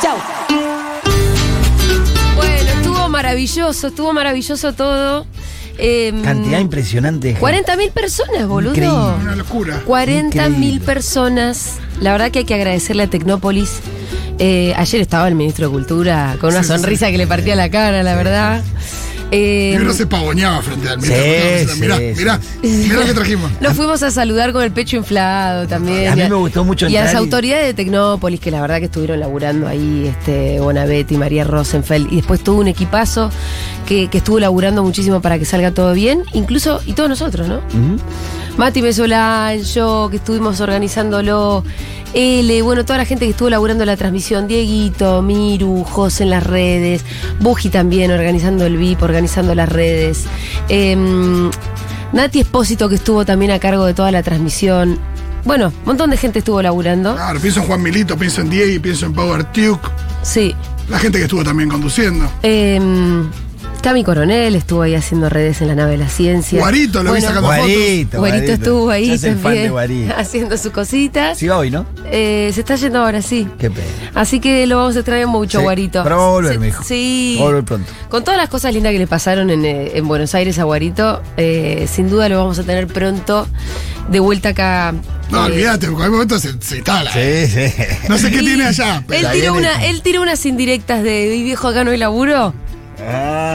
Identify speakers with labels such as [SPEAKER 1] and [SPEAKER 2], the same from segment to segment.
[SPEAKER 1] Chau.
[SPEAKER 2] Bueno, estuvo maravilloso, estuvo maravilloso todo. Eh,
[SPEAKER 3] Cantidad impresionante. de gente.
[SPEAKER 2] 40.000 personas, boludo.
[SPEAKER 3] Increíble.
[SPEAKER 4] Una locura.
[SPEAKER 2] 40.000
[SPEAKER 3] Increíble.
[SPEAKER 2] personas. La verdad que hay que agradecerle a Tecnópolis. Eh, ayer estaba el ministro de Cultura con una
[SPEAKER 4] Sí, sí,
[SPEAKER 2] sonrisa que le partía la cara, la verdad. Eh,
[SPEAKER 4] Y uno se pavoneaba frente al ministro.
[SPEAKER 3] Sí,
[SPEAKER 4] Mirá,
[SPEAKER 3] sí,
[SPEAKER 4] mirá,
[SPEAKER 3] sí.
[SPEAKER 4] mirá, mirá lo que trajimos.
[SPEAKER 2] nos fuimos a saludar con el pecho inflado también.
[SPEAKER 3] A mí
[SPEAKER 2] Y
[SPEAKER 3] me gustó mucho
[SPEAKER 2] Y a las
[SPEAKER 3] entrar y-
[SPEAKER 2] autoridades de Tecnópolis, que la verdad que estuvieron laburando ahí, este, Bonavetti, María Rosenfeld, y después tuvo un equipazo que, que estuvo laburando muchísimo para que salga todo bien, incluso, y todos nosotros, ¿no?
[SPEAKER 3] Ujú.
[SPEAKER 2] Mati Mesolán, yo, que estuvimos organizándolo, L, bueno, toda la gente que estuvo laburando la transmisión, Dieguito, Miru, José en las redes, Buji también organizando el VIP, organizando las redes, em, Nati Espósito que estuvo también a cargo de toda la transmisión, bueno, un montón de gente estuvo laburando,
[SPEAKER 4] Claro, pienso en Juan Milito, pienso en Diego, pienso en Power Duke,
[SPEAKER 2] sí,
[SPEAKER 4] la gente que estuvo también conduciendo.
[SPEAKER 2] em, Cami Coronel estuvo ahí haciendo redes en la nave de la ciencia.
[SPEAKER 4] Guarito, lo vi sacando fotos.
[SPEAKER 3] Guarito.
[SPEAKER 2] Guarito estuvo ahí
[SPEAKER 3] Se hace fan de
[SPEAKER 2] también
[SPEAKER 3] Guarito.
[SPEAKER 2] haciendo sus cositas.
[SPEAKER 3] Sí, va hoy, ¿no?
[SPEAKER 2] Eh, se está yendo ahora, sí.
[SPEAKER 3] Qué pena.
[SPEAKER 2] Así que lo vamos a extrañar mucho,
[SPEAKER 3] Sí,
[SPEAKER 2] Guarito.
[SPEAKER 3] pero va a volver,
[SPEAKER 2] Se-
[SPEAKER 3] me dijo.
[SPEAKER 2] Sí.
[SPEAKER 3] Va a volver pronto.
[SPEAKER 2] Con todas las cosas lindas que le pasaron en, eh, en Buenos Aires a Guarito, eh, sin duda lo vamos a tener pronto de vuelta acá.
[SPEAKER 4] No,
[SPEAKER 2] eh,
[SPEAKER 4] olvídate, porque en algún momento se, se instala. eh.
[SPEAKER 3] Sí, sí.
[SPEAKER 4] No sé qué
[SPEAKER 2] y
[SPEAKER 4] tiene allá. pero-
[SPEAKER 2] Él
[SPEAKER 3] la
[SPEAKER 2] tiró,
[SPEAKER 3] viene-
[SPEAKER 2] una, él tiró unas indirectas de "Y viejo acá no hay laburo.
[SPEAKER 3] Ah.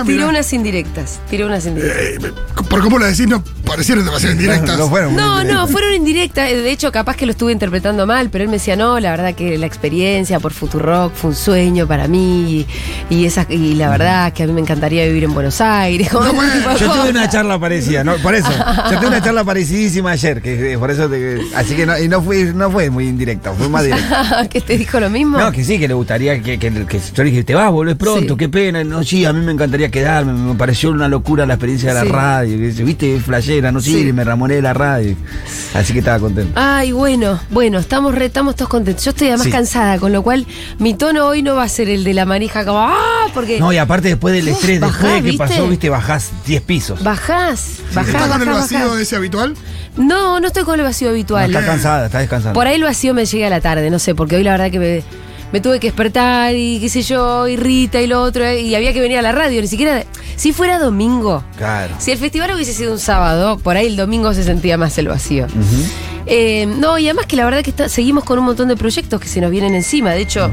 [SPEAKER 4] Ah, mirá.
[SPEAKER 2] Tiró unas indirectas. Tiró unas indirectas.
[SPEAKER 4] Eh, por cómo lo decís, no parecieron demasiado indirectas.
[SPEAKER 3] No fueron Ah, muy
[SPEAKER 2] No, no,
[SPEAKER 3] directos.
[SPEAKER 2] fueron indirectas. Eh, De hecho, capaz que lo estuve interpretando mal, pero él me decía, no, la verdad que la experiencia por Futurock fue un sueño para mí. Y, y esas, y la verdad que a mí me encantaría vivir en Buenos Aires. Como
[SPEAKER 4] No,
[SPEAKER 2] ese
[SPEAKER 4] bueno,
[SPEAKER 2] tipo de
[SPEAKER 3] Yo tuve
[SPEAKER 2] cosas.
[SPEAKER 3] una charla parecida, ¿no? Por eso. Yo tuve una charla parecidísima ayer, que eh, por eso te- así que no, y no fue, no fue muy indirecta, fue más directa.
[SPEAKER 2] Ah, ¿Que te dijo lo mismo?
[SPEAKER 3] No, que sí, que le gustaría que, que, que- yo le dije, te vas, volvés pronto,
[SPEAKER 2] Sí.
[SPEAKER 3] qué pena. No, sí, a mí me encantaría quedarme, me pareció una locura la experiencia de la
[SPEAKER 2] Sí.
[SPEAKER 3] radio. que dice, Viste, es flayera, no sirve,
[SPEAKER 2] Sí.
[SPEAKER 3] me ramoné de la radio. Así que estaba contento.
[SPEAKER 2] Ay, bueno, bueno, estamos re, estamos todos contentos. Yo estoy además
[SPEAKER 3] Sí.
[SPEAKER 2] cansada, con lo cual mi tono hoy no va a ser el de la manija como ¡ah! Porque
[SPEAKER 3] No, y aparte después del
[SPEAKER 2] Uf,
[SPEAKER 3] estrés, después
[SPEAKER 2] bajá,
[SPEAKER 3] de que
[SPEAKER 2] ¿viste?
[SPEAKER 3] pasó, viste, bajás 10 pisos.
[SPEAKER 2] bajás, bajás,
[SPEAKER 4] ¿Estás con el
[SPEAKER 2] bajás,
[SPEAKER 4] vacío
[SPEAKER 2] bajás.
[SPEAKER 4] ese habitual?
[SPEAKER 2] No, no estoy con el vacío
[SPEAKER 3] No,
[SPEAKER 2] habitual.
[SPEAKER 3] está cansada, está descansando.
[SPEAKER 2] Por ahí el vacío me llega a la tarde, no sé, porque hoy la verdad que me, me tuve que despertar y qué sé yo, y Rita y lo otro, eh, y había que venir a la radio, ni siquiera. Si fuera domingo,
[SPEAKER 3] Claro.
[SPEAKER 2] si el festival hubiese sido un sábado, por ahí el domingo se sentía más el vacío. Eh, no, y además que la verdad que está- seguimos con un montón de proyectos que se nos vienen encima. De hecho,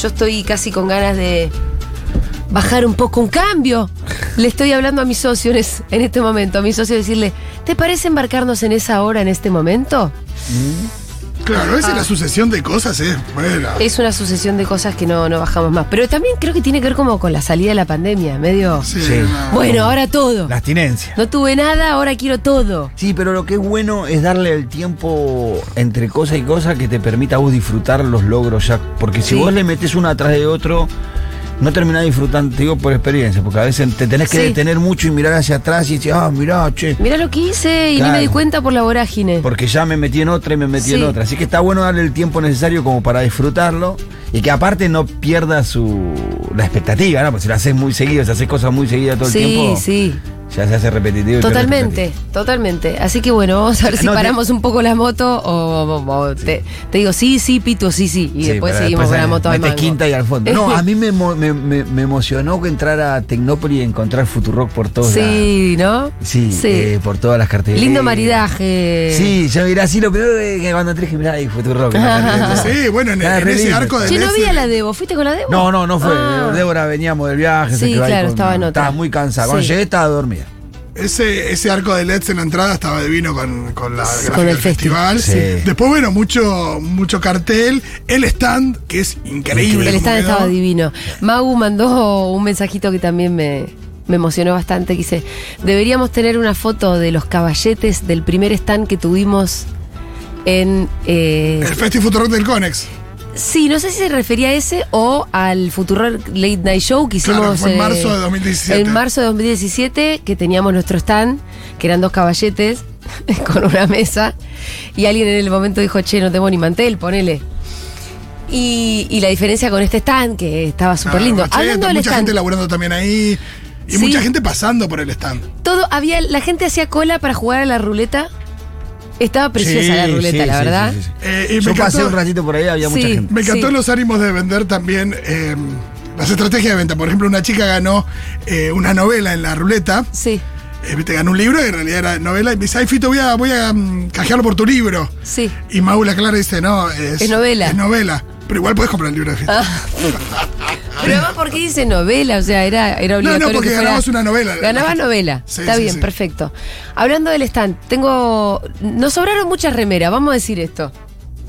[SPEAKER 2] yo estoy casi con ganas de bajar un poco un cambio. Le estoy hablando a mis socios en es- en este momento, a mis socios decirle, ¿te parece embarcarnos en esa hora, en este momento?
[SPEAKER 4] Claro, esa es la sucesión de cosas, eh. Bueno.
[SPEAKER 2] Es una sucesión de cosas que no, no bajamos más. Pero también creo que tiene que ver como con la salida de la pandemia, medio...
[SPEAKER 4] Sí,
[SPEAKER 3] Sí.
[SPEAKER 4] no.
[SPEAKER 2] Bueno, ahora todo.
[SPEAKER 3] La abstinencia.
[SPEAKER 2] No tuve nada, ahora quiero todo.
[SPEAKER 3] Sí, pero lo que es bueno es darle el tiempo entre cosa y cosa que te permita a vos disfrutar los logros ya. Porque si
[SPEAKER 2] Sí.
[SPEAKER 3] vos le metes uno atrás de otro, no terminás disfrutando, te digo por experiencia, porque a veces te tenés que
[SPEAKER 2] Sí.
[SPEAKER 3] detener mucho y mirar hacia atrás y decir, ah, mirá, che.
[SPEAKER 2] Mirá lo que hice y
[SPEAKER 3] Claro.
[SPEAKER 2] ni me di cuenta por la vorágine.
[SPEAKER 3] Porque ya me metí en otra y me metí
[SPEAKER 2] Sí.
[SPEAKER 3] en otra. Así que está bueno darle el tiempo necesario como para disfrutarlo y que aparte no pierda su la expectativa, ¿no? Porque si lo haces muy seguido, si haces cosas muy seguidas todo el
[SPEAKER 2] Sí,
[SPEAKER 3] tiempo,
[SPEAKER 2] sí.
[SPEAKER 3] ya se hace repetitivo. y pierde
[SPEAKER 2] Totalmente,
[SPEAKER 3] expectativa.
[SPEAKER 2] totalmente. Así que bueno, vamos a ver si
[SPEAKER 3] No, te-
[SPEAKER 2] paramos un poco la moto o, o- o te, te digo sí, sí, pito, sí, sí. Y
[SPEAKER 3] Sí,
[SPEAKER 2] después
[SPEAKER 3] pero
[SPEAKER 2] seguimos con la
[SPEAKER 3] eh,
[SPEAKER 2] moto al
[SPEAKER 3] metes
[SPEAKER 2] mango.
[SPEAKER 3] quinta y al fondo. No, a mí me, emo- me, me- me emocionó que entrara a Tecnópolis y encontrar Futurock por todos lados.
[SPEAKER 2] Sí, ¿no?
[SPEAKER 3] Sí, eh, por todas las carteras.
[SPEAKER 2] Lindo maridaje.
[SPEAKER 3] Sí, ya mirá, sí, lo peor es que cuando entré dije, mirá, ahí Futurock. en la cartera.
[SPEAKER 4] Sí, bueno, en,
[SPEAKER 3] Está
[SPEAKER 4] en
[SPEAKER 3] re
[SPEAKER 4] ese
[SPEAKER 3] lindo.
[SPEAKER 4] arco de
[SPEAKER 2] Che, no
[SPEAKER 4] Messi-
[SPEAKER 2] vi a la Debo. ¿Fuiste con la Debo?
[SPEAKER 3] No, no, no fue.
[SPEAKER 2] Ah.
[SPEAKER 3] Débora veníamos del viaje. se
[SPEAKER 2] Sí,
[SPEAKER 3] quedó ahí
[SPEAKER 2] claro,
[SPEAKER 3] con-
[SPEAKER 2] estaba en otra.
[SPEAKER 3] Estaba muy cansada. Cuando
[SPEAKER 2] Sí.
[SPEAKER 3] llegué estaba dormida.
[SPEAKER 4] Ese, ese arco de LEDs en la entrada estaba divino con, con la
[SPEAKER 2] Sí,
[SPEAKER 4] gráfica
[SPEAKER 2] con el
[SPEAKER 4] del festival.
[SPEAKER 3] festi. Sí.
[SPEAKER 4] Después, bueno, mucho, mucho cartel. El stand, que es increíble.
[SPEAKER 2] El
[SPEAKER 4] como
[SPEAKER 2] stand
[SPEAKER 4] quedó.
[SPEAKER 2] estaba divino. Magu mandó un mensajito que también me, me emocionó bastante, que dice, deberíamos tener una foto de los caballetes del primer stand que tuvimos en... eh,
[SPEAKER 4] El Festi Futurock del Conex.
[SPEAKER 2] sí, no sé si se refería a ese o al futuro Late Night Show que hicimos...
[SPEAKER 4] Claro, fue en
[SPEAKER 2] eh,
[SPEAKER 4] marzo de 2017.
[SPEAKER 2] En marzo de 2017, que teníamos nuestro stand, que eran dos caballetes con una mesa, y alguien en el momento dijo, che, no tengo ni mantel, ponele. Y, y la diferencia con este stand, que estaba súper lindo.
[SPEAKER 4] Ah,
[SPEAKER 2] Hablando
[SPEAKER 4] machetas,
[SPEAKER 2] del
[SPEAKER 4] mucha gente
[SPEAKER 2] stand,
[SPEAKER 4] laburando también ahí. Y
[SPEAKER 2] Sí.
[SPEAKER 4] mucha gente pasando por el stand.
[SPEAKER 2] todo había, la gente hacía cola para jugar a la ruleta. Estaba preciosa la
[SPEAKER 3] Sí,
[SPEAKER 2] ruleta,
[SPEAKER 3] sí,
[SPEAKER 2] la
[SPEAKER 3] sí,
[SPEAKER 2] verdad.
[SPEAKER 3] sí, sí, sí.
[SPEAKER 4] Eh, y me
[SPEAKER 3] Yo
[SPEAKER 4] encantó-
[SPEAKER 3] pasé un ratito por ahí, había mucha
[SPEAKER 2] Sí.
[SPEAKER 3] gente.
[SPEAKER 4] Me encantó
[SPEAKER 2] Sí.
[SPEAKER 4] los ánimos de vender también eh, las estrategias de venta. Por ejemplo, una chica ganó eh, una novela en la ruleta.
[SPEAKER 2] Sí,
[SPEAKER 4] Eh, viste, ganó un libro, que en realidad era novela. Y me dice, ay, Fito, voy a, voy a mm, canjearlo por tu libro.
[SPEAKER 2] sí.
[SPEAKER 4] Y Maula Clara dice, no, es,
[SPEAKER 2] Es novela. Ah.
[SPEAKER 4] Es novela. Pero igual podés comprar el libro de Fito.
[SPEAKER 2] Pero además, ¿por qué dice novela? O sea, era, era obligatorio.
[SPEAKER 4] no, porque
[SPEAKER 2] que fuera-
[SPEAKER 4] ganabas una novela.
[SPEAKER 2] Ganabas novela.
[SPEAKER 4] Sí,
[SPEAKER 2] Está
[SPEAKER 4] sí,
[SPEAKER 2] bien,
[SPEAKER 4] sí.
[SPEAKER 2] perfecto. Hablando del stand, tengo. Nos sobraron muchas remeras, vamos a decir esto.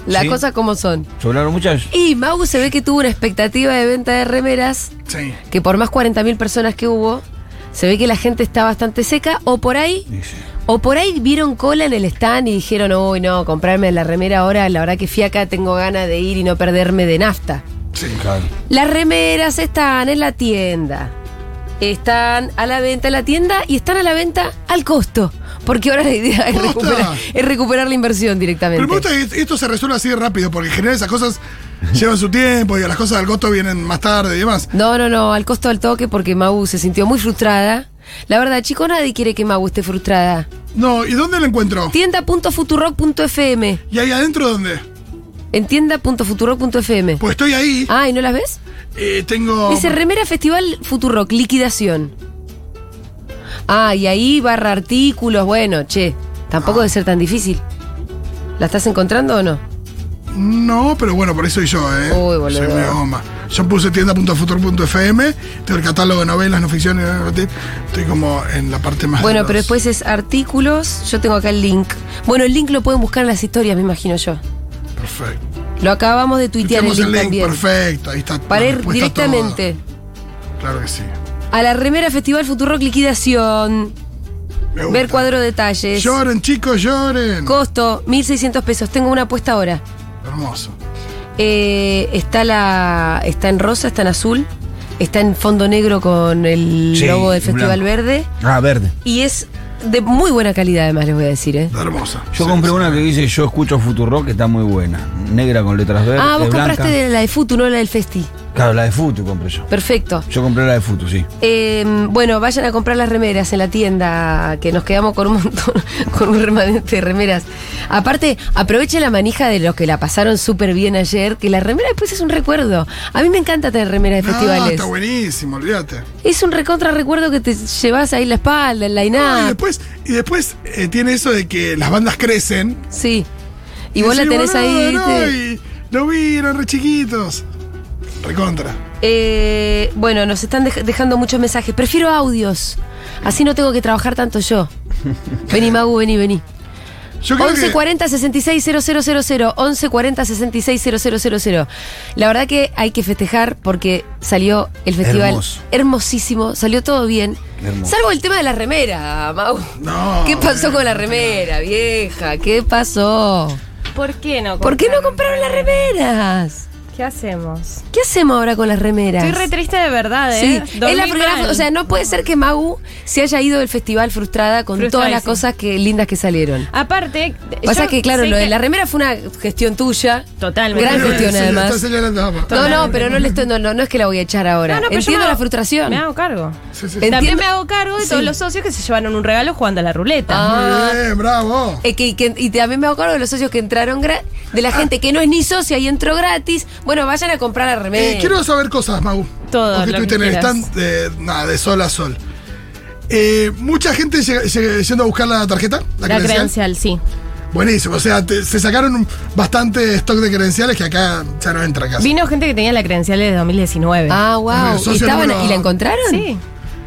[SPEAKER 2] Las
[SPEAKER 3] Sí.
[SPEAKER 2] cosas como son.
[SPEAKER 3] Sobraron muchas.
[SPEAKER 2] Y Mau se ve que tuvo una expectativa de venta de remeras
[SPEAKER 4] Sí.
[SPEAKER 2] que por más 40.000 personas que hubo, se ve que la gente está bastante seca o por ahí o por ahí vieron cola en el stand y dijeron, "Uy, no, comprarme la remera ahora, la verdad que fiaca, tengo ganas de ir y no perderme de nafta."
[SPEAKER 4] Sí.
[SPEAKER 3] Claro.
[SPEAKER 2] Las remeras están en la tienda. Están a la venta en la tienda y están a la venta al costo. Porque ahora la idea es,
[SPEAKER 4] ¡Posta!
[SPEAKER 2] recuperar, es recuperar la inversión directamente.
[SPEAKER 4] Pero me gusta que esto se resuelve así de rápido, porque en general esas cosas llevan su tiempo y las cosas del costo vienen más tarde y demás.
[SPEAKER 2] No, no, no, al costo del toque porque Mau se sintió muy frustrada. La verdad, chicos, nadie quiere que Mau esté frustrada.
[SPEAKER 4] No, ¿y dónde lo encuentro?
[SPEAKER 2] Tienda.futurock.fm.
[SPEAKER 4] ¿Y ahí adentro dónde?
[SPEAKER 2] En tienda.futurock.fm.
[SPEAKER 4] Pues estoy ahí,
[SPEAKER 2] Ah, ¿y no las ves?
[SPEAKER 4] eh, tengo...
[SPEAKER 2] Dice Remera Festival Futurock, liquidación. Ah, y ahí barra artículos. Bueno, che, tampoco debe ser tan difícil. ¿La estás encontrando o no?
[SPEAKER 4] No, pero bueno, por eso soy yo, ¿eh?
[SPEAKER 2] Uy, boludo.
[SPEAKER 4] Soy medio goma. Yo puse tienda.futur.fm, tengo el catálogo de novelas, no ficciones, estoy como en la parte más...
[SPEAKER 2] Bueno,
[SPEAKER 4] de
[SPEAKER 2] pero
[SPEAKER 4] los-
[SPEAKER 2] después es artículos. Yo tengo acá el link. Bueno, el link lo pueden buscar en las historias, me imagino yo.
[SPEAKER 4] Perfecto.
[SPEAKER 2] Lo acabamos de tuitear el
[SPEAKER 4] Tenemos
[SPEAKER 2] link,
[SPEAKER 4] el link,
[SPEAKER 2] también.
[SPEAKER 4] perfecto, ahí está.
[SPEAKER 2] Para
[SPEAKER 4] la
[SPEAKER 2] ir
[SPEAKER 4] respuesta a todo.
[SPEAKER 2] directamente
[SPEAKER 4] Claro que sí.
[SPEAKER 2] a la Remera Festival Futurock Liquidación.
[SPEAKER 4] Me gusta.
[SPEAKER 2] Ver cuadro detalles.
[SPEAKER 4] Lloren, chicos, lloren.
[SPEAKER 2] Costo, 1.600 pesos. Tengo una apuesta ahora.
[SPEAKER 4] Hermoso.
[SPEAKER 2] Eh, está la está en rosa, está en azul, está en fondo negro con el
[SPEAKER 3] Sí,
[SPEAKER 2] logo del
[SPEAKER 3] y
[SPEAKER 2] Festival
[SPEAKER 3] blanco.
[SPEAKER 2] Verde
[SPEAKER 3] Ah, verde.
[SPEAKER 2] y es de muy buena calidad además les voy a decir, ¿eh?
[SPEAKER 4] Está hermosa.
[SPEAKER 3] Yo
[SPEAKER 4] Sí,
[SPEAKER 3] compré
[SPEAKER 4] sí.
[SPEAKER 3] una que dice Yo escucho Futurock, que está muy buena. Negra con letras verdes.
[SPEAKER 2] Ah, vos
[SPEAKER 3] blanca.
[SPEAKER 2] compraste de la de Futu, no la del Festi.
[SPEAKER 3] Claro, la de Futu compré yo.
[SPEAKER 2] Perfecto.
[SPEAKER 3] Yo compré la de Futu, sí.
[SPEAKER 2] Eh, bueno, vayan a comprar las remeras en la tienda, que nos quedamos con un montón, con un remanente de remeras. Aparte, aprovechen la manija de los que la pasaron súper bien ayer, que la remera después es un recuerdo. A mí me encanta tener remeras de
[SPEAKER 4] No,
[SPEAKER 2] festivales.
[SPEAKER 4] está buenísimo, olvídate.
[SPEAKER 2] Es un recontra recuerdo que te llevas ahí en la espalda, en la
[SPEAKER 4] Y
[SPEAKER 2] INAP.
[SPEAKER 4] después, y después eh, tiene eso de que las bandas crecen.
[SPEAKER 2] Sí. Y vos la
[SPEAKER 4] decís,
[SPEAKER 2] tenés ahí,
[SPEAKER 4] "Boludo,
[SPEAKER 2] ¿viste?
[SPEAKER 4] y Lo vi, eran re chiquitos. Recontra.
[SPEAKER 2] Eh, bueno, nos están dej- dejando muchos mensajes. Prefiero audios. Así no tengo que trabajar tanto yo. Vení, Magu, vení, vení.
[SPEAKER 4] Yo creo que.
[SPEAKER 2] 1140 660000 1140 660000 La verdad que hay que festejar porque salió el festival
[SPEAKER 3] Hermoso.
[SPEAKER 2] hermosísimo, salió todo bien.
[SPEAKER 3] Hermoso.
[SPEAKER 2] Salvo el tema de la remera, Mau.
[SPEAKER 4] No,
[SPEAKER 2] ¿Qué pasó
[SPEAKER 4] eh,
[SPEAKER 2] con la remera, vieja? ¿Qué pasó?
[SPEAKER 1] ¿Por qué no?
[SPEAKER 2] ¿Por qué no
[SPEAKER 1] comprar?
[SPEAKER 2] compraron las remeras?
[SPEAKER 1] ¿Qué hacemos?
[SPEAKER 2] ¿Qué hacemos ahora con las remeras?
[SPEAKER 1] Estoy re triste de verdad,
[SPEAKER 2] Sí,
[SPEAKER 1] ¿eh?
[SPEAKER 2] es la
[SPEAKER 1] Dormí
[SPEAKER 2] primera-
[SPEAKER 1] mal.
[SPEAKER 2] o sea, no puede ser que Magu se haya ido del festival frustrada con todas las
[SPEAKER 1] Frustradísima.
[SPEAKER 2] cosas que lindas que salieron.
[SPEAKER 1] Aparte.
[SPEAKER 2] Pasa
[SPEAKER 1] Ah, yo
[SPEAKER 2] que, claro,
[SPEAKER 1] sé
[SPEAKER 2] lo de
[SPEAKER 1] que-
[SPEAKER 2] la remera fue una gestión tuya.
[SPEAKER 1] Totalmente.
[SPEAKER 2] Gran
[SPEAKER 4] Pero, eh,
[SPEAKER 2] gestión,
[SPEAKER 4] sí,
[SPEAKER 2] además.
[SPEAKER 4] Está señalando, ama.
[SPEAKER 2] No, no, pero no, le estoy, no, no, no es que la voy a echar ahora.
[SPEAKER 1] No, no, pero yo
[SPEAKER 2] Entiendo
[SPEAKER 1] me
[SPEAKER 2] la
[SPEAKER 1] hago-
[SPEAKER 2] frustración.
[SPEAKER 1] Me hago cargo.
[SPEAKER 4] Sí, sí.
[SPEAKER 2] Entiendo.
[SPEAKER 1] También me hago cargo de
[SPEAKER 2] Sí.
[SPEAKER 1] todos los socios que se llevaron un regalo jugando a la ruleta.
[SPEAKER 2] Ah,
[SPEAKER 4] Muy bien, bravo.
[SPEAKER 2] eh, que- que- y también me hago cargo de los socios que entraron, gra- de
[SPEAKER 1] Ah.
[SPEAKER 2] la gente que no es ni socia y entró gratis. Bueno, vayan a comprar la remera.
[SPEAKER 4] Eh, quiero saber cosas, Mau.
[SPEAKER 1] Todo,
[SPEAKER 4] Porque
[SPEAKER 1] lo
[SPEAKER 4] estuviste en
[SPEAKER 1] que
[SPEAKER 4] el
[SPEAKER 1] quieras.
[SPEAKER 4] stand de, nada, de sol a sol. Eh, mucha gente llega- llega- yendo a buscar la tarjeta, la,
[SPEAKER 1] la
[SPEAKER 4] credencial.
[SPEAKER 1] credencial, sí.
[SPEAKER 4] Buenísimo, o sea, te- se sacaron un- bastante stock de credenciales que acá ya no entra casi.
[SPEAKER 1] Vino gente que tenía la credencial desde 2019.
[SPEAKER 2] Ah,
[SPEAKER 4] Ah,
[SPEAKER 2] wow.
[SPEAKER 4] socio
[SPEAKER 2] ¿Y, estaban,
[SPEAKER 4] número-
[SPEAKER 2] ¿Y la encontraron?
[SPEAKER 1] Sí.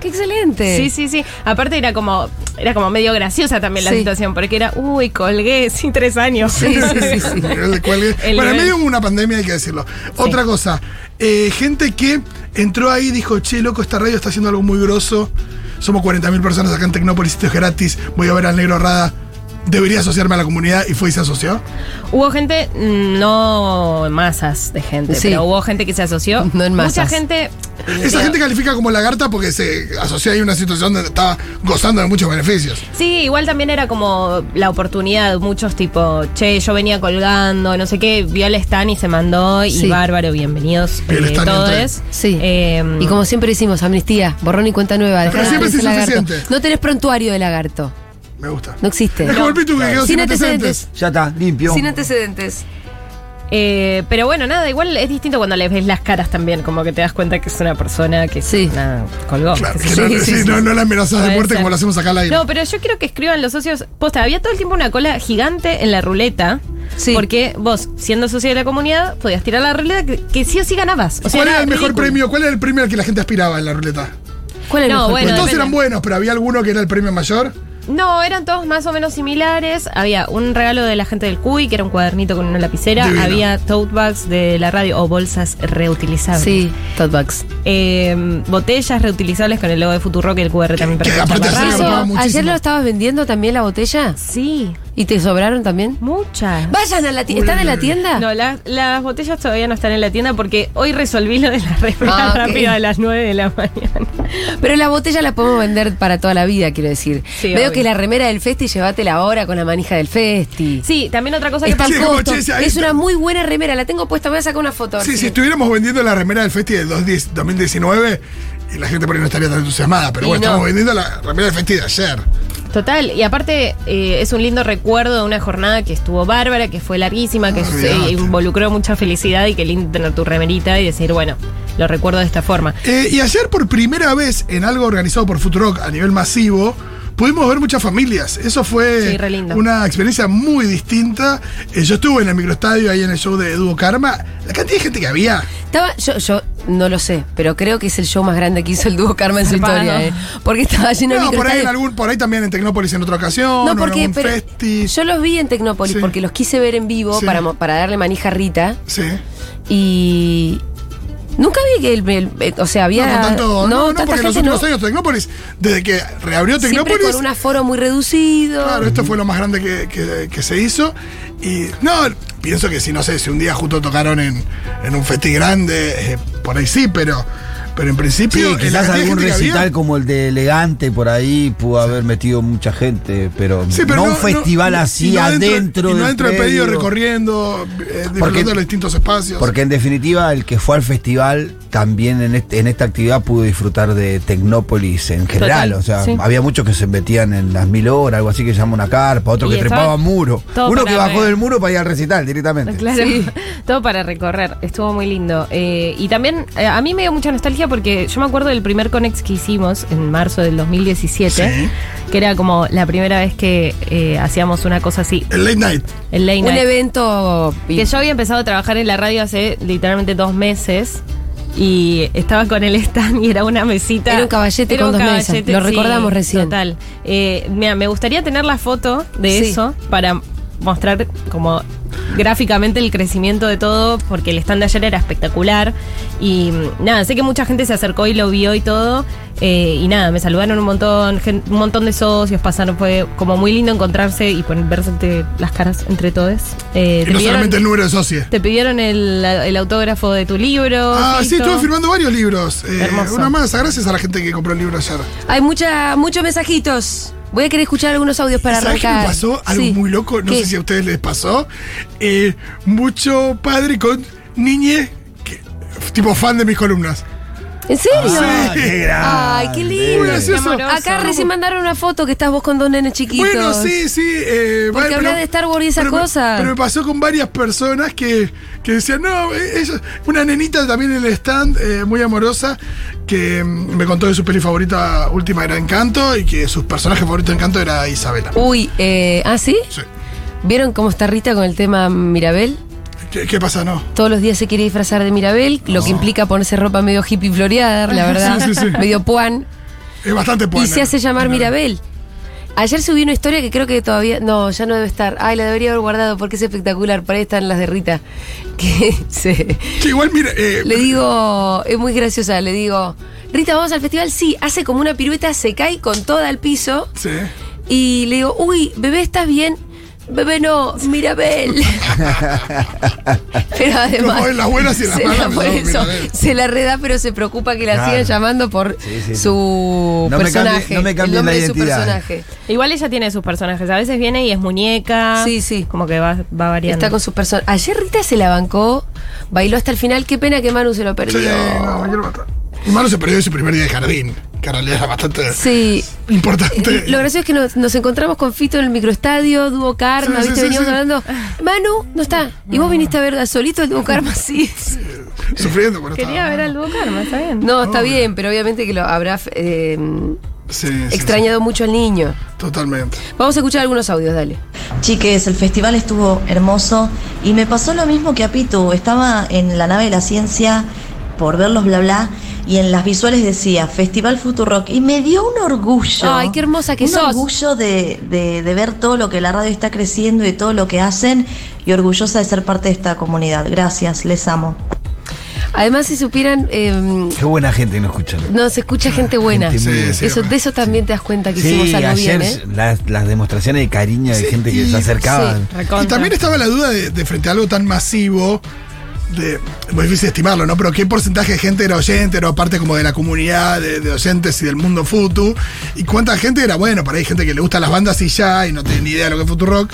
[SPEAKER 2] Qué excelente.
[SPEAKER 1] Sí, sí, sí. Aparte era como, era como medio graciosa también la
[SPEAKER 2] Sí.
[SPEAKER 1] situación, porque era, uy, colgué, sí, tres años.
[SPEAKER 2] Sí, sí, sí, sí.
[SPEAKER 4] El de cuelgue.
[SPEAKER 1] El
[SPEAKER 4] bueno, en
[SPEAKER 1] nivel.
[SPEAKER 4] medio hubo una pandemia, hay que decirlo. Otra cosa, eh, gente que entró ahí y dijo, che, loco, esta radio está haciendo algo muy grosso. Somos 40.000 personas acá en Tecnópolis, esto es gratis, voy a ver al negro Rada. Debería asociarme a la comunidad y fue y se asoció.
[SPEAKER 1] Hubo gente, mm, no masas de gente,
[SPEAKER 2] Sí.
[SPEAKER 1] pero hubo gente que se asoció.
[SPEAKER 2] No en masas.
[SPEAKER 1] Mucha gente.
[SPEAKER 4] Esa gente califica como lagarta porque se asoció ahí a una situación donde estaba gozando de muchos beneficios.
[SPEAKER 1] Sí, igual también era como la oportunidad, muchos tipo, che, yo venía colgando, no sé qué, vio el stand y se mandó,
[SPEAKER 2] Sí.
[SPEAKER 1] y bárbaro, bienvenidos eh,
[SPEAKER 4] Vi el stand y entré.
[SPEAKER 1] todos.
[SPEAKER 2] Sí.
[SPEAKER 1] Em.
[SPEAKER 2] y como siempre decimos, amnistía, borrón y cuenta nueva. dejá
[SPEAKER 4] Pero
[SPEAKER 2] de
[SPEAKER 4] siempre es
[SPEAKER 2] ser lagarto.
[SPEAKER 4] insuficiente.
[SPEAKER 2] No tenés prontuario de lagarto.
[SPEAKER 4] me gusta.
[SPEAKER 2] No existe.
[SPEAKER 4] Es como el Pitu que quedó
[SPEAKER 2] Sin
[SPEAKER 4] sin
[SPEAKER 2] antecedentes.
[SPEAKER 4] antecedentes.
[SPEAKER 3] Ya está, limpio.
[SPEAKER 2] Sin antecedentes.
[SPEAKER 1] Eh, pero bueno, nada, igual es distinto cuando le ves las caras también, como que te das cuenta que es una persona que
[SPEAKER 2] Sí.
[SPEAKER 1] nada, colgó.
[SPEAKER 4] Ah, Claro,
[SPEAKER 1] qué
[SPEAKER 4] que
[SPEAKER 1] sé yo.
[SPEAKER 4] no, sí, no, no la amenazas de
[SPEAKER 1] Puede
[SPEAKER 4] muerte
[SPEAKER 1] ser.
[SPEAKER 4] como lo hacemos acá al aire.
[SPEAKER 1] No, pero yo quiero que escriban los socios. Posta, había todo el tiempo una cola gigante en la ruleta.
[SPEAKER 2] Sí.
[SPEAKER 1] Porque vos, siendo socio de la comunidad, podías tirar la ruleta que, que sí o sí ganabas. O sea,
[SPEAKER 4] ¿Cuál era el mejor
[SPEAKER 1] ridículo.
[SPEAKER 4] premio? ¿Cuál era el premio al que la gente aspiraba en la ruleta?
[SPEAKER 2] ¿Cuál es el
[SPEAKER 1] No,
[SPEAKER 2] mejor
[SPEAKER 1] bueno,
[SPEAKER 4] Pues
[SPEAKER 2] plan?
[SPEAKER 4] todos
[SPEAKER 1] depende.
[SPEAKER 4] eran buenos, pero había alguno que era el premio mayor.
[SPEAKER 1] No, eran todos más o menos similares. Había un regalo de la gente del CUI, que era un cuadernito con una lapicera.
[SPEAKER 4] Divino.
[SPEAKER 1] Había tote bags de la radio o bolsas reutilizables.
[SPEAKER 2] Sí, tote bags.
[SPEAKER 1] Eh, botellas reutilizables con el logo de Futuro, que el QR también
[SPEAKER 4] Que
[SPEAKER 1] para
[SPEAKER 4] aparte
[SPEAKER 1] escuchar la
[SPEAKER 4] se
[SPEAKER 1] radio.
[SPEAKER 4] agarraba
[SPEAKER 2] Eso, ¿Ayer
[SPEAKER 4] muchísimo.
[SPEAKER 2] lo estabas vendiendo también la botella?
[SPEAKER 1] Sí,
[SPEAKER 2] ¿Y te sobraron también?
[SPEAKER 1] muchas.
[SPEAKER 2] Vayan a la tienda.
[SPEAKER 4] Uy.
[SPEAKER 2] ¿Están en la tienda?
[SPEAKER 1] No, la- las botellas todavía no están en la tienda porque hoy resolví lo de la
[SPEAKER 2] Ah,
[SPEAKER 1] refriega
[SPEAKER 2] ok.
[SPEAKER 1] rápida a las 9 de la mañana.
[SPEAKER 2] Pero las botellas las podemos vender para toda la vida, quiero decir.
[SPEAKER 1] Sí,
[SPEAKER 2] Veo
[SPEAKER 1] obvio.
[SPEAKER 2] que la remera del festi, llévatela ahora con la manija del festi.
[SPEAKER 1] Sí, también otra cosa que
[SPEAKER 2] Está
[SPEAKER 1] pasó.
[SPEAKER 4] Sí,
[SPEAKER 2] al
[SPEAKER 4] como,
[SPEAKER 2] costo.
[SPEAKER 4] che, ahí
[SPEAKER 2] es
[SPEAKER 4] está.
[SPEAKER 2] una muy buena remera, la tengo puesta, voy a sacar una foto.
[SPEAKER 4] Sí, si
[SPEAKER 2] sí.
[SPEAKER 4] estuviéramos vendiendo la remera del Festi de 2010 2019, y la gente por ahí no estaría tan entusiasmada, pero
[SPEAKER 2] Y
[SPEAKER 4] bueno,
[SPEAKER 2] no.
[SPEAKER 4] estamos vendiendo la remera del Festi de ayer.
[SPEAKER 1] Total, y aparte eh, es un lindo recuerdo de una jornada que estuvo bárbara, que fue larguísima, que
[SPEAKER 4] Ah,
[SPEAKER 1] se
[SPEAKER 4] olvidate.
[SPEAKER 1] involucró mucha felicidad y que lindo tener tu remerita y decir, bueno, lo recuerdo de esta forma.
[SPEAKER 4] Eh, y ayer por primera vez en algo organizado por Futurock a nivel masivo, pudimos ver muchas familias. Eso fue
[SPEAKER 1] Sí, re lindo.
[SPEAKER 4] una experiencia muy distinta. Eh, yo estuve en el microestadio ahí en el show de Eduo Karma. La cantidad de gente que había.
[SPEAKER 2] Estaba, yo, yo no lo sé, pero creo que es el show más grande que hizo el dúo Karma en su
[SPEAKER 1] Zarpado.
[SPEAKER 2] historia, ¿eh? Porque estaba lleno de
[SPEAKER 4] No, por ahí, en
[SPEAKER 2] microestadios.
[SPEAKER 4] algún, por ahí también en Tecnópolis en otra ocasión.
[SPEAKER 2] No,
[SPEAKER 4] o
[SPEAKER 2] porque
[SPEAKER 4] en algún
[SPEAKER 2] pero,
[SPEAKER 4] festi.
[SPEAKER 2] yo los vi en Tecnópolis
[SPEAKER 4] Sí.
[SPEAKER 2] porque los quise ver en vivo
[SPEAKER 4] Sí.
[SPEAKER 2] para, mo- para darle manija a Rita
[SPEAKER 4] Sí.
[SPEAKER 2] y nunca vi que el, el- el- o sea, había
[SPEAKER 4] no, con tanto, no, no,
[SPEAKER 2] tanta
[SPEAKER 4] porque en los
[SPEAKER 2] gente no.
[SPEAKER 4] últimos años Tecnópolis, desde que reabrió
[SPEAKER 2] Siempre
[SPEAKER 4] Tecnópolis,
[SPEAKER 2] con un aforo muy reducido.
[SPEAKER 4] Claro, esto fue lo más grande que, que- que se hizo. Y no, pienso que si no sé, si un día justo tocaron en, en un festi grande, eh, por ahí sí, pero, pero en
[SPEAKER 3] Sí,
[SPEAKER 4] principio. eh, la
[SPEAKER 3] quizás
[SPEAKER 4] cantidad de
[SPEAKER 3] algún
[SPEAKER 4] gente que había-
[SPEAKER 3] recital como el de Elegante por ahí pudo haber metido mucha gente, pero,
[SPEAKER 4] Sí, pero
[SPEAKER 3] no, un festival
[SPEAKER 4] no-
[SPEAKER 3] así
[SPEAKER 4] y no
[SPEAKER 3] adentro
[SPEAKER 4] y no
[SPEAKER 3] del
[SPEAKER 4] dentro del
[SPEAKER 3] predio.
[SPEAKER 4] pedido, recorriendo, eh,
[SPEAKER 3] Porque-
[SPEAKER 4] disfrutando de los distintos espacios.
[SPEAKER 3] Porque en definitiva el que fue al festival también en, este- en esta actividad pudo disfrutar de Tecnópolis en general.
[SPEAKER 1] Total,
[SPEAKER 3] o sea,
[SPEAKER 1] sí.
[SPEAKER 3] había muchos que se metían en las mil horas, algo así que llama una carpa, otro
[SPEAKER 1] Y
[SPEAKER 3] que
[SPEAKER 1] estaba
[SPEAKER 3] trepaba muro,
[SPEAKER 1] todo
[SPEAKER 3] uno que
[SPEAKER 1] para
[SPEAKER 3] bajó
[SPEAKER 1] ver.
[SPEAKER 3] del muro para ir al recital directamente.
[SPEAKER 1] Claro, todo para recorrer, estuvo muy lindo. Eh, y también eh, a mí me dio mucha nostalgia porque yo me acuerdo del primer Conex que hicimos en marzo del 2017,
[SPEAKER 4] Sí.
[SPEAKER 1] que era como la primera vez que eh, hacíamos una cosa así,
[SPEAKER 4] El late night.
[SPEAKER 1] el late
[SPEAKER 2] Un
[SPEAKER 1] night.
[SPEAKER 2] evento
[SPEAKER 1] Que yo había empezado a trabajar en la radio hace literalmente dos meses y estaba con el stand y era una mesita.
[SPEAKER 2] Era un caballete con dos mesas, lo recordamos recién.
[SPEAKER 1] Total. Eh, mira, me gustaría tener la foto de
[SPEAKER 2] Sí.
[SPEAKER 1] eso para mostrar como gráficamente el crecimiento de todo porque el stand de ayer era espectacular y mm, nada sé que mucha gente se acercó y lo vio y todo eh, y nada me saludaron un montón gen- un montón de socios pasaron fue como muy lindo encontrarse y poner verse las caras entre todos eh,
[SPEAKER 4] Y
[SPEAKER 1] te
[SPEAKER 4] no
[SPEAKER 1] pidieron-
[SPEAKER 4] solamente el número de socios.
[SPEAKER 1] te pidieron el, el autógrafo de tu libro.
[SPEAKER 4] Ah, sí,
[SPEAKER 1] Fito.
[SPEAKER 4] estuve firmando varios libros. Eh,
[SPEAKER 1] Hermoso.
[SPEAKER 4] una masa, gracias a la gente que compró el libro ayer.
[SPEAKER 2] Hay mucha, muchos mensajitos. Voy a querer escuchar algunos audios para
[SPEAKER 4] ¿Sabés qué
[SPEAKER 2] arrancar.
[SPEAKER 4] me pasó? Algo
[SPEAKER 2] Sí.
[SPEAKER 4] muy loco, no
[SPEAKER 2] ¿Qué?
[SPEAKER 4] sé si a ustedes les pasó. Eh, mucho padre con niñez, que- tipo fan de mis columnas.
[SPEAKER 2] ¿En serio?
[SPEAKER 3] Ah, qué
[SPEAKER 2] Ay, qué lindo.
[SPEAKER 4] Muy gracioso.
[SPEAKER 1] amoroso.
[SPEAKER 2] Acá recién mandaron una foto que estás vos con dos nenes chiquitos.
[SPEAKER 4] Bueno, sí, sí. Eh,
[SPEAKER 2] Porque
[SPEAKER 4] vale,
[SPEAKER 2] hablar de Star Wars y esas
[SPEAKER 4] pero me-
[SPEAKER 2] cosas.
[SPEAKER 4] pero me pasó con varias personas que, que decían, no, eh, ellos- una nenita también en el stand, eh, muy amorosa, que mm, me contó que su peli favorita última era Encanto y que sus personajes favoritos de Encanto era Isabela.
[SPEAKER 2] Uy, eh, ¿ah, sí?
[SPEAKER 4] Sí.
[SPEAKER 2] ¿Vieron cómo está Rita con el tema Mirabel?
[SPEAKER 4] ¿Qué, qué pasa? No.
[SPEAKER 2] Todos los días se quiere disfrazar de Mirabel, lo que implica ponerse ropa medio hippie floreada, la verdad.
[SPEAKER 4] Ah. Sí, sí, sí.
[SPEAKER 2] Medio puan.
[SPEAKER 4] Es bastante
[SPEAKER 2] Y
[SPEAKER 4] bueno.
[SPEAKER 2] se hace llamar Mirabel. Ayer subí una historia que creo que todavía. No, ya no debe estar. Ay, la debería haber guardado porque es espectacular. Por ahí están las de Rita. Que se.
[SPEAKER 4] Que igual, mira, eh,
[SPEAKER 2] Le digo, es muy graciosa, le digo, Rita, ¿vamos al festival? Sí, hace como una pirueta, se cae con toda al piso
[SPEAKER 4] sí.
[SPEAKER 2] y le digo, uy, bebé, ¿estás bien? Bebé, no, Mirabel. pero además...
[SPEAKER 4] Como en las buenas y en las
[SPEAKER 2] se
[SPEAKER 4] malas,
[SPEAKER 2] la,
[SPEAKER 4] me
[SPEAKER 2] por
[SPEAKER 4] llamo
[SPEAKER 2] eso,
[SPEAKER 4] Mirabel.
[SPEAKER 2] se la reda, pero se preocupa que la
[SPEAKER 3] Claro.
[SPEAKER 2] sigan llamando por
[SPEAKER 3] Sí, sí, sí.
[SPEAKER 2] su
[SPEAKER 3] No me cambie-
[SPEAKER 2] personaje.
[SPEAKER 3] no me cambien
[SPEAKER 2] el nombre
[SPEAKER 3] la
[SPEAKER 2] de su
[SPEAKER 3] identidad.
[SPEAKER 2] personaje.
[SPEAKER 1] Igual ella tiene sus personajes. A veces viene y es muñeca.
[SPEAKER 2] Sí, sí.
[SPEAKER 1] Como que va, va variando.
[SPEAKER 2] Está con sus personas. Ayer Rita se la bancó, bailó hasta el final. Qué pena que Manu se lo
[SPEAKER 4] Sí,
[SPEAKER 2] perdió.
[SPEAKER 4] no, me quiero matar. Mi hermano se perdió su primer día de jardín. que en realidad era bastante
[SPEAKER 2] Sí.
[SPEAKER 4] importante.
[SPEAKER 2] Lo gracioso es que nos, nos encontramos con Fito en el microestadio, Dúo Karma,
[SPEAKER 4] Sí, sí,
[SPEAKER 2] ¿viste?
[SPEAKER 4] sí,
[SPEAKER 2] Veníamos
[SPEAKER 4] sí.
[SPEAKER 2] hablando. Manu, no está. Y vos viniste a ver a solito el Dúo Karma, sí.
[SPEAKER 4] Sufriendo, bueno,
[SPEAKER 1] Quería
[SPEAKER 4] estaba-
[SPEAKER 1] ver al Dúo Karma, está bien.
[SPEAKER 2] No, está bien, pero obviamente que lo habrá eh,
[SPEAKER 4] Sí, sí, sí,
[SPEAKER 2] extrañado mucho al niño.
[SPEAKER 4] totalmente.
[SPEAKER 2] Vamos a escuchar algunos audios, dale.
[SPEAKER 5] Chiques, el festival estuvo hermoso y me pasó lo mismo que a Pitu. Estaba en la nave de la ciencia por ver los bla bla y en las visuales decía Festival Futurock y me dio un orgullo.
[SPEAKER 2] Ay, qué hermosa que
[SPEAKER 5] un
[SPEAKER 2] sos.
[SPEAKER 5] orgullo de, de- de ver todo lo que la radio está creciendo y todo lo que hacen y orgullosa de ser parte de esta comunidad. Gracias, les amo.
[SPEAKER 2] Además, si supieran, eh,
[SPEAKER 3] Qué buena gente que no escucha.
[SPEAKER 2] nos escucha gente buena.
[SPEAKER 3] Gente muy
[SPEAKER 4] Sí,
[SPEAKER 3] bien.
[SPEAKER 4] sí.
[SPEAKER 2] Eso, de eso también te das cuenta que hicimos
[SPEAKER 3] Sí,
[SPEAKER 2] algo
[SPEAKER 3] ayer
[SPEAKER 2] bien, ¿eh?
[SPEAKER 3] las, las demostraciones de cariño de
[SPEAKER 4] Sí,
[SPEAKER 3] gente que
[SPEAKER 4] y-
[SPEAKER 3] se acercaba.
[SPEAKER 2] sí.
[SPEAKER 1] Recontra.
[SPEAKER 4] Y también estaba la duda de, de frente a algo tan masivo, de, es muy difícil estimarlo, ¿no? Pero qué porcentaje de gente era oyente, era parte como de la comunidad de, de oyentes y del mundo futu, y cuánta gente era, bueno, para ahí gente que le gustan las bandas y ya, y no tiene ni idea de lo que es futurock.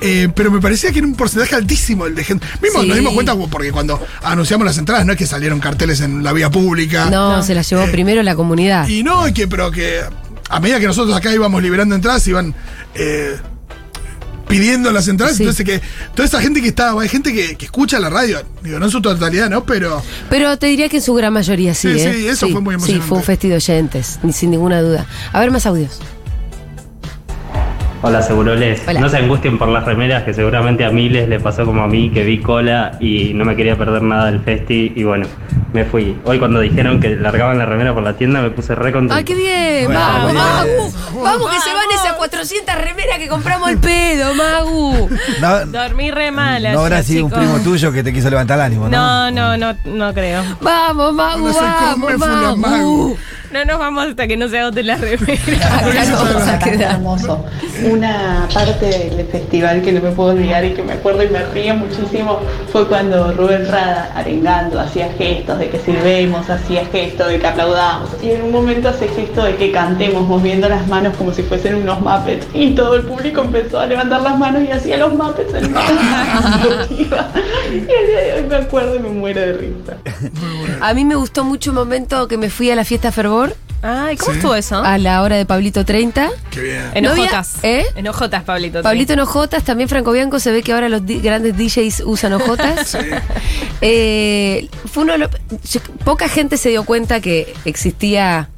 [SPEAKER 4] Eh, pero me parecía que era un porcentaje altísimo el de gente. Mismo
[SPEAKER 2] Sí.
[SPEAKER 4] nos dimos cuenta porque cuando anunciamos las entradas, no es que salieron carteles en la vía pública.
[SPEAKER 2] No, se las llevó primero la comunidad.
[SPEAKER 4] Y no, y que, pero que a medida que nosotros acá íbamos liberando entradas, iban eh, pidiendo las entradas.
[SPEAKER 2] Sí.
[SPEAKER 4] Entonces, que toda esa gente que estaba, hay gente que, que escucha la radio, digo, no en su totalidad, ¿no? Pero
[SPEAKER 2] Pero te diría que en su gran mayoría sí,
[SPEAKER 4] Sí,
[SPEAKER 2] ¿eh?
[SPEAKER 4] sí, eso fue muy
[SPEAKER 2] Sí,
[SPEAKER 4] emocionante.
[SPEAKER 2] fue un festival de oyentes, ni- sin ninguna duda. A ver más audios.
[SPEAKER 6] Hola, Seguroles.
[SPEAKER 2] Hola.
[SPEAKER 6] No se angustien por las remeras, que seguramente a miles le pasó como a mí, que vi cola y no me quería perder nada del festi. Y bueno, me fui. Hoy, cuando dijeron que largaban la remera por la tienda, me puse re contento.
[SPEAKER 2] ¡Ay, qué bien!
[SPEAKER 3] Bueno,
[SPEAKER 2] ¡Magu!
[SPEAKER 3] bien.
[SPEAKER 2] ¡Magu! ¡Vamos que se van esas 400 remeras que compramos al pedo, Magu!
[SPEAKER 3] No, no
[SPEAKER 1] Dormí re mal ayer,
[SPEAKER 3] habrá sido un
[SPEAKER 1] chicos.
[SPEAKER 3] primo tuyo que te quiso levantar el ánimo, ¿no?
[SPEAKER 1] No, no, no, no creo.
[SPEAKER 2] ¡Vamos, Magu!
[SPEAKER 4] No sé cómo
[SPEAKER 2] ¡Vamos, Uh.
[SPEAKER 4] me fue la
[SPEAKER 2] Magu!
[SPEAKER 4] Magu.
[SPEAKER 1] No nos vamos hasta que no se agoten las remeras.
[SPEAKER 2] Acá nos vamos a
[SPEAKER 7] Bastante
[SPEAKER 2] quedar.
[SPEAKER 7] hermoso. Una parte del festival que no me puedo olvidar y que me acuerdo y me río muchísimo fue cuando Rubén Rada, arengando, hacía gestos de que sirvemos, hacía gestos de que aplaudamos. Y en un momento hace gesto de que cantemos, moviendo las manos como si fuesen unos Muppets. Y todo el público empezó a levantar las manos y hacía los Muppets en y el día de hoy me acuerdo y me muero de risa.
[SPEAKER 2] A mí me gustó mucho un momento que me fui a la fiesta Fervor,
[SPEAKER 1] Ay, ¿cómo estuvo eso?
[SPEAKER 2] a la hora de Pablito 30.
[SPEAKER 4] qué bien.
[SPEAKER 1] En
[SPEAKER 2] Ah, No había-
[SPEAKER 1] ojotas.
[SPEAKER 2] ¿Eh?
[SPEAKER 1] En ojotas, Pablito. sí.
[SPEAKER 2] Pablito en ojotas, también Franco Bianco, se ve que ahora los di- grandes DJs usan ojotas. Eh, fue uno de los- yo- poca gente se dio cuenta que existía